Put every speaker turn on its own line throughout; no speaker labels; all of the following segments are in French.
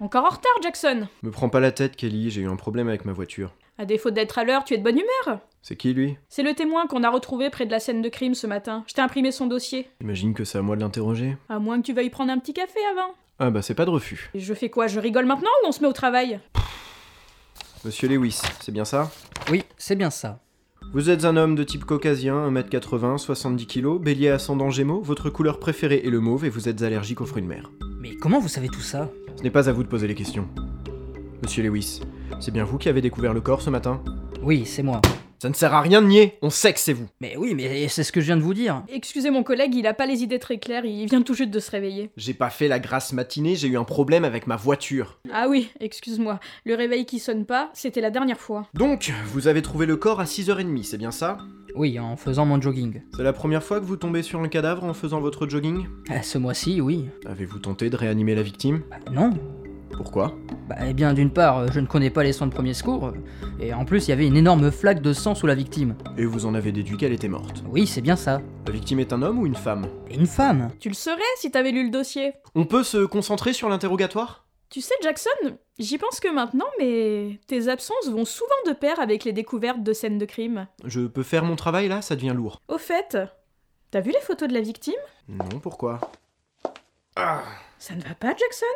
encore en retard, Jackson
Me prends pas la tête, Kelly, j'ai eu un problème avec ma voiture.
À défaut d'être à l'heure, tu es de bonne humeur
C'est qui lui
C'est le témoin qu'on a retrouvé près de la scène de crime ce matin. Je t'ai imprimé son dossier.
Imagine que c'est à moi de l'interroger.
À moins que tu veuilles prendre un petit café avant.
Ah bah c'est pas de refus.
Et je fais quoi Je rigole maintenant ou on se met au travail
Monsieur Lewis, c'est bien ça
Oui, c'est bien ça.
Vous êtes un homme de type caucasien, 1m80, 70 kg, bélier ascendant gémeaux, votre couleur préférée est le mauve et vous êtes allergique aux fruits de mer.
Mais comment vous savez tout ça
Ce n'est pas à vous de poser les questions. Monsieur Lewis, c'est bien vous qui avez découvert le corps ce matin
Oui, c'est moi.
Ça ne sert à rien de nier, on sait que c'est vous.
Mais oui, mais c'est ce que je viens de vous dire.
Excusez mon collègue, il a pas les idées très claires, il vient tout juste de se réveiller.
J'ai pas fait la grasse matinée, j'ai eu un problème avec ma voiture.
Ah oui, excuse-moi, le réveil qui sonne pas, c'était la dernière fois.
Donc, vous avez trouvé le corps à 6h30, c'est bien ça
Oui, en faisant mon jogging.
C'est la première fois que vous tombez sur un cadavre en faisant votre jogging
Ah, ce mois-ci, oui.
Avez-vous tenté de réanimer la victime
Bah, non.
Pourquoi
Bah, eh bien, d'une part, euh, je ne connais pas les soins de premier secours, euh, et en plus, il y avait une énorme flaque de sang sous la victime.
Et vous en avez déduit qu'elle était morte.
Oui, c'est bien ça.
La victime est un homme ou une femme
Et une femme
Tu le serais si t'avais lu le dossier.
On peut se concentrer sur l'interrogatoire
Tu sais, Jackson, j'y pense que maintenant, mais tes absences vont souvent de pair avec les découvertes de scènes de crime.
Je peux faire mon travail là, ça devient lourd.
Au fait, t'as vu les photos de la victime
Non, pourquoi Ah
Ça ne va pas, Jackson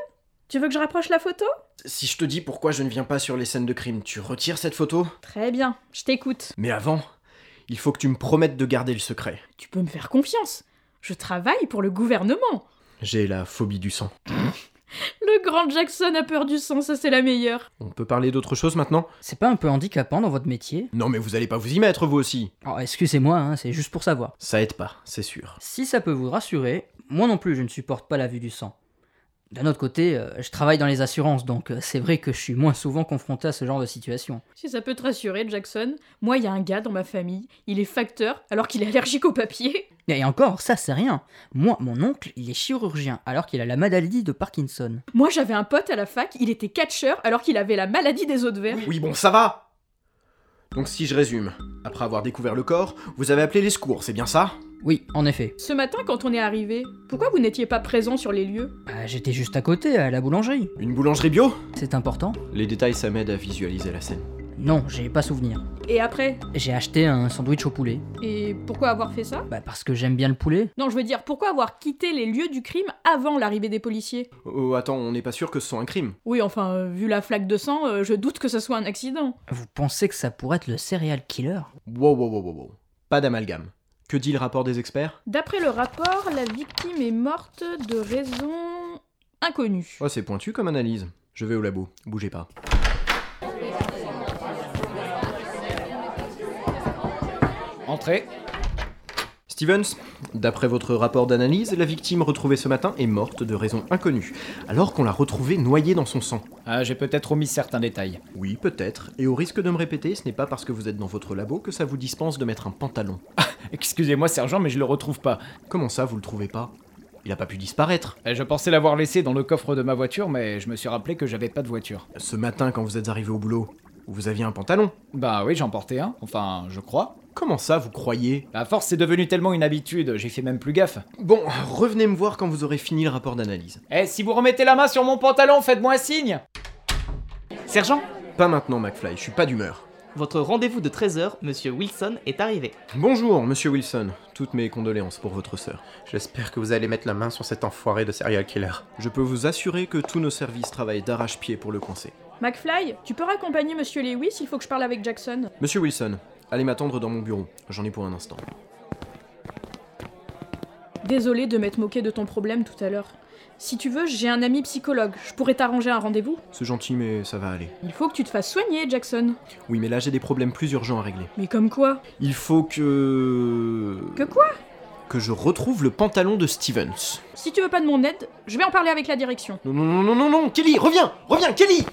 Tu veux que je rapproche la photo
Si je te dis pourquoi je ne viens pas sur les scènes de crime, tu retires cette photo
Très bien, je t'écoute.
Mais avant, il faut que tu me promettes de garder le secret.
Tu peux me faire confiance. Je travaille pour le gouvernement.
J'ai la phobie du sang.
Le grand Jackson a peur du sang, ça c'est la meilleure.
On peut parler d'autre chose maintenant
C'est pas un peu handicapant dans votre métier
Non mais vous allez pas vous y mettre vous aussi
Oh, excusez-moi, hein, c'est juste pour savoir.
Ça aide pas, c'est sûr.
Si ça peut vous rassurer, moi non plus, je ne supporte pas la vue du sang. D'un autre côté, euh, je travaille dans les assurances, donc euh, c'est vrai que je suis moins souvent confronté à ce genre de situation.
Si ça peut te rassurer, Jackson, moi il y a un gars dans ma famille, il est facteur alors qu'il est allergique au papier.
Et encore, ça c'est rien. Moi, mon oncle, il est chirurgien, alors qu'il a la maladie de Parkinson.
Moi j'avais un pote à la fac, il était catcheur alors qu'il avait la maladie des eaux de verre.
Oui bon, ça va Donc si je résume, après avoir découvert le corps, vous avez appelé les secours, c'est bien ça
Oui, en effet.
Ce matin quand on est arrivé, pourquoi vous n'étiez pas présent sur les lieux
Bah, j'étais juste à côté, à la boulangerie.
Une boulangerie bio
C'est important
Les détails ça m'aide à visualiser la scène.
Non, j'ai pas souvenir.
Et après
J'ai acheté un sandwich au poulet.
Et pourquoi avoir fait ça
Bah, parce que j'aime bien le poulet.
Non, je veux dire, pourquoi avoir quitté les lieux du crime avant l'arrivée des policiers
Oh attends, on n'est pas sûr que ce soit un crime.
Oui, enfin, euh, vu la flaque de sang, euh, je doute que ce soit un accident.
Vous pensez que ça pourrait être le serial killer
Wow wow wow wow wow. Pas d'amalgame. Que dit le rapport des experts
D'après le rapport, la victime est morte de raison inconnue.
Oh c'est pointu comme analyse. Je vais au labo, bougez pas.
Entrez.
Stevens, d'après votre rapport d'analyse, la victime retrouvée ce matin est morte de raison inconnue, alors qu'on l'a retrouvée noyée dans son sang.
Ah, j'ai peut-être omis certains détails.
Oui, peut-être, et au risque de me répéter, ce n'est pas parce que vous êtes dans votre labo que ça vous dispense de mettre un pantalon.
Excusez-moi, sergent, mais je le retrouve pas.
Comment ça, vous le trouvez pas Il a pas pu disparaître.
Euh, Je pensais l'avoir laissé dans le coffre de ma voiture, mais je me suis rappelé que j'avais pas de voiture.
Ce matin, quand vous êtes arrivé au boulot, vous aviez un pantalon
Bah oui, j'en portais un. Enfin, je crois.
Comment ça, vous croyez
La force, c'est devenu tellement une habitude, j'ai fait même plus gaffe.
Bon, revenez me voir quand vous aurez fini le rapport d'analyse.
Eh, si vous remettez la main sur mon pantalon, faites-moi un signe Sergent
Pas maintenant, McFly, je suis pas d'humeur.
Votre rendez-vous de 13h, monsieur Wilson, est arrivé.
Bonjour, monsieur Wilson. Toutes mes condoléances pour votre sœur.
J'espère que vous allez mettre la main sur cet enfoiré de serial killer.
Je peux vous assurer que tous nos services travaillent d'arrache-pied pour le coincer.
McFly, tu peux raccompagner Monsieur Lewis, il faut que je parle avec Jackson.
Monsieur Wilson, allez m'attendre dans mon bureau. J'en ai pour un instant.
Désolé de m'être moqué de ton problème tout à l'heure. Si tu veux, j'ai un ami psychologue, je pourrais t'arranger un rendez-vous.
C'est gentil, mais ça va aller.
Il faut que tu te fasses soigner, Jackson.
Oui, mais là j'ai des problèmes plus urgents à régler.
Mais comme quoi
Il faut que.
Que quoi
Que je retrouve le pantalon de Stevens.
Si tu veux pas de mon aide, je vais en parler avec la direction.
Non, non, non, non, non, non Kelly, reviens Reviens, Kelly